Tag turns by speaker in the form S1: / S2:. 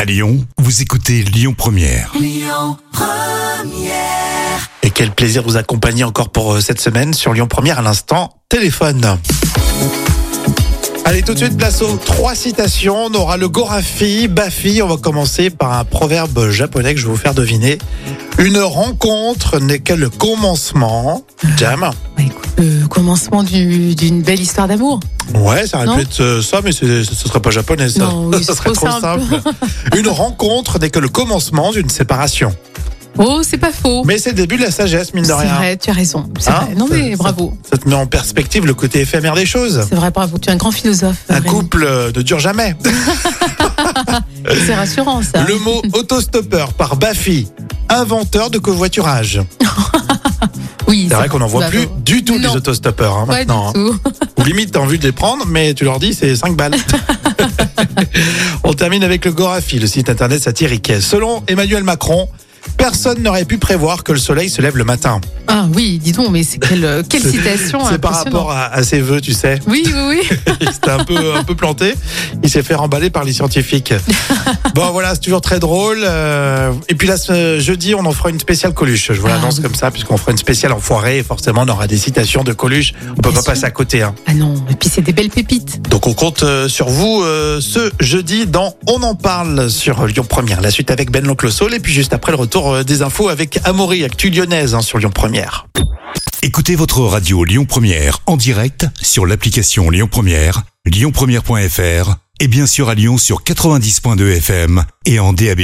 S1: À Lyon, vous écoutez Lyon Première.
S2: Et quel plaisir de vous accompagner encore pour euh, cette semaine sur Lyon Première à l'instant téléphone. Allez, tout de suite, place aux trois citations. On aura le Gorafi, Bafi. On va commencer par un proverbe japonais que je vais vous faire deviner. Une rencontre n'est que le commencement. Jam.
S3: Bah, écoute, le commencement du- d'une belle histoire d'amour.
S2: Ouais, ça
S3: Non.
S2: aurait pu être euh, ça, mais c'est- ce serait pas japonais, ça.
S3: Non, oui,
S2: ça
S3: c'est
S2: serait
S3: trop
S2: trop simple.
S3: simple.
S2: Une rencontre n'est que le commencement d'une séparation.
S3: Oh, c'est pas faux.
S2: Mais c'est le début de la sagesse, mine de
S3: C'est
S2: rien.
S3: vrai, tu as raison. C'est
S2: Hein
S3: vrai. Non
S2: Ça-
S3: mais
S2: ça-
S3: bravo.
S2: Ça te met en perspective le côté éphémère des choses.
S3: C'est vrai, bravo. Tu es un grand philosophe.
S2: Un
S3: Rémi.
S2: couple euh, ne dure jamais.
S3: C'est rassurant ça.
S2: Le mot autostoppeur par Baffy, inventeur de covoiturage.
S3: Oui.
S2: C'est vrai qu'on n'en voit plus du tout
S3: Non.
S2: des autostoppeurs hein,
S3: Pas du
S2: maintenant. hein.
S3: tout.
S2: Ou limite, t'as envie de les prendre, mais tu leur dis c'est 5 balles. On termine avec le Gorafi, le site internet satirique. Selon Emmanuel Macron, personne n'aurait pu prévoir que le soleil se lève le matin.
S3: Ah oui, dis donc, mais c'est quelle, euh, quelle
S2: C'est-
S3: citation
S2: C'est par
S3: impressionnante.
S2: rapport à, à ses vœux, tu sais.
S3: Oui, oui, oui.
S2: C'était un peu, un peu planté. Il s'est fait remballer par les scientifiques. Bon, voilà, c'est toujours très drôle. Euh, Et puis là, ce jeudi, on en fera une spéciale Coluche. Je vous
S3: Ah,
S2: l'annonce
S3: oui.
S2: comme ça, puisqu'on fera une spéciale enfoirée. Et forcément, on aura des citations de Coluche. On peut
S3: Bien
S2: pas
S3: sûr.
S2: passer à côté. hein.
S3: Ah non, et puis c'est des belles pépites.
S2: Donc, on compte euh, sur vous euh, ce jeudi dans On en parle sur Lyon Première. La suite avec Ben Lonclosol. Et puis juste après, le retour euh, des infos avec Amaury, Actu Lyonnaise hein, sur Lyon Première.
S1: Écoutez votre radio Lyon Première en direct sur l'application Lyon Première, lyonpremière.fr et bien sûr à Lyon sur 90.2 FM et en DAB+.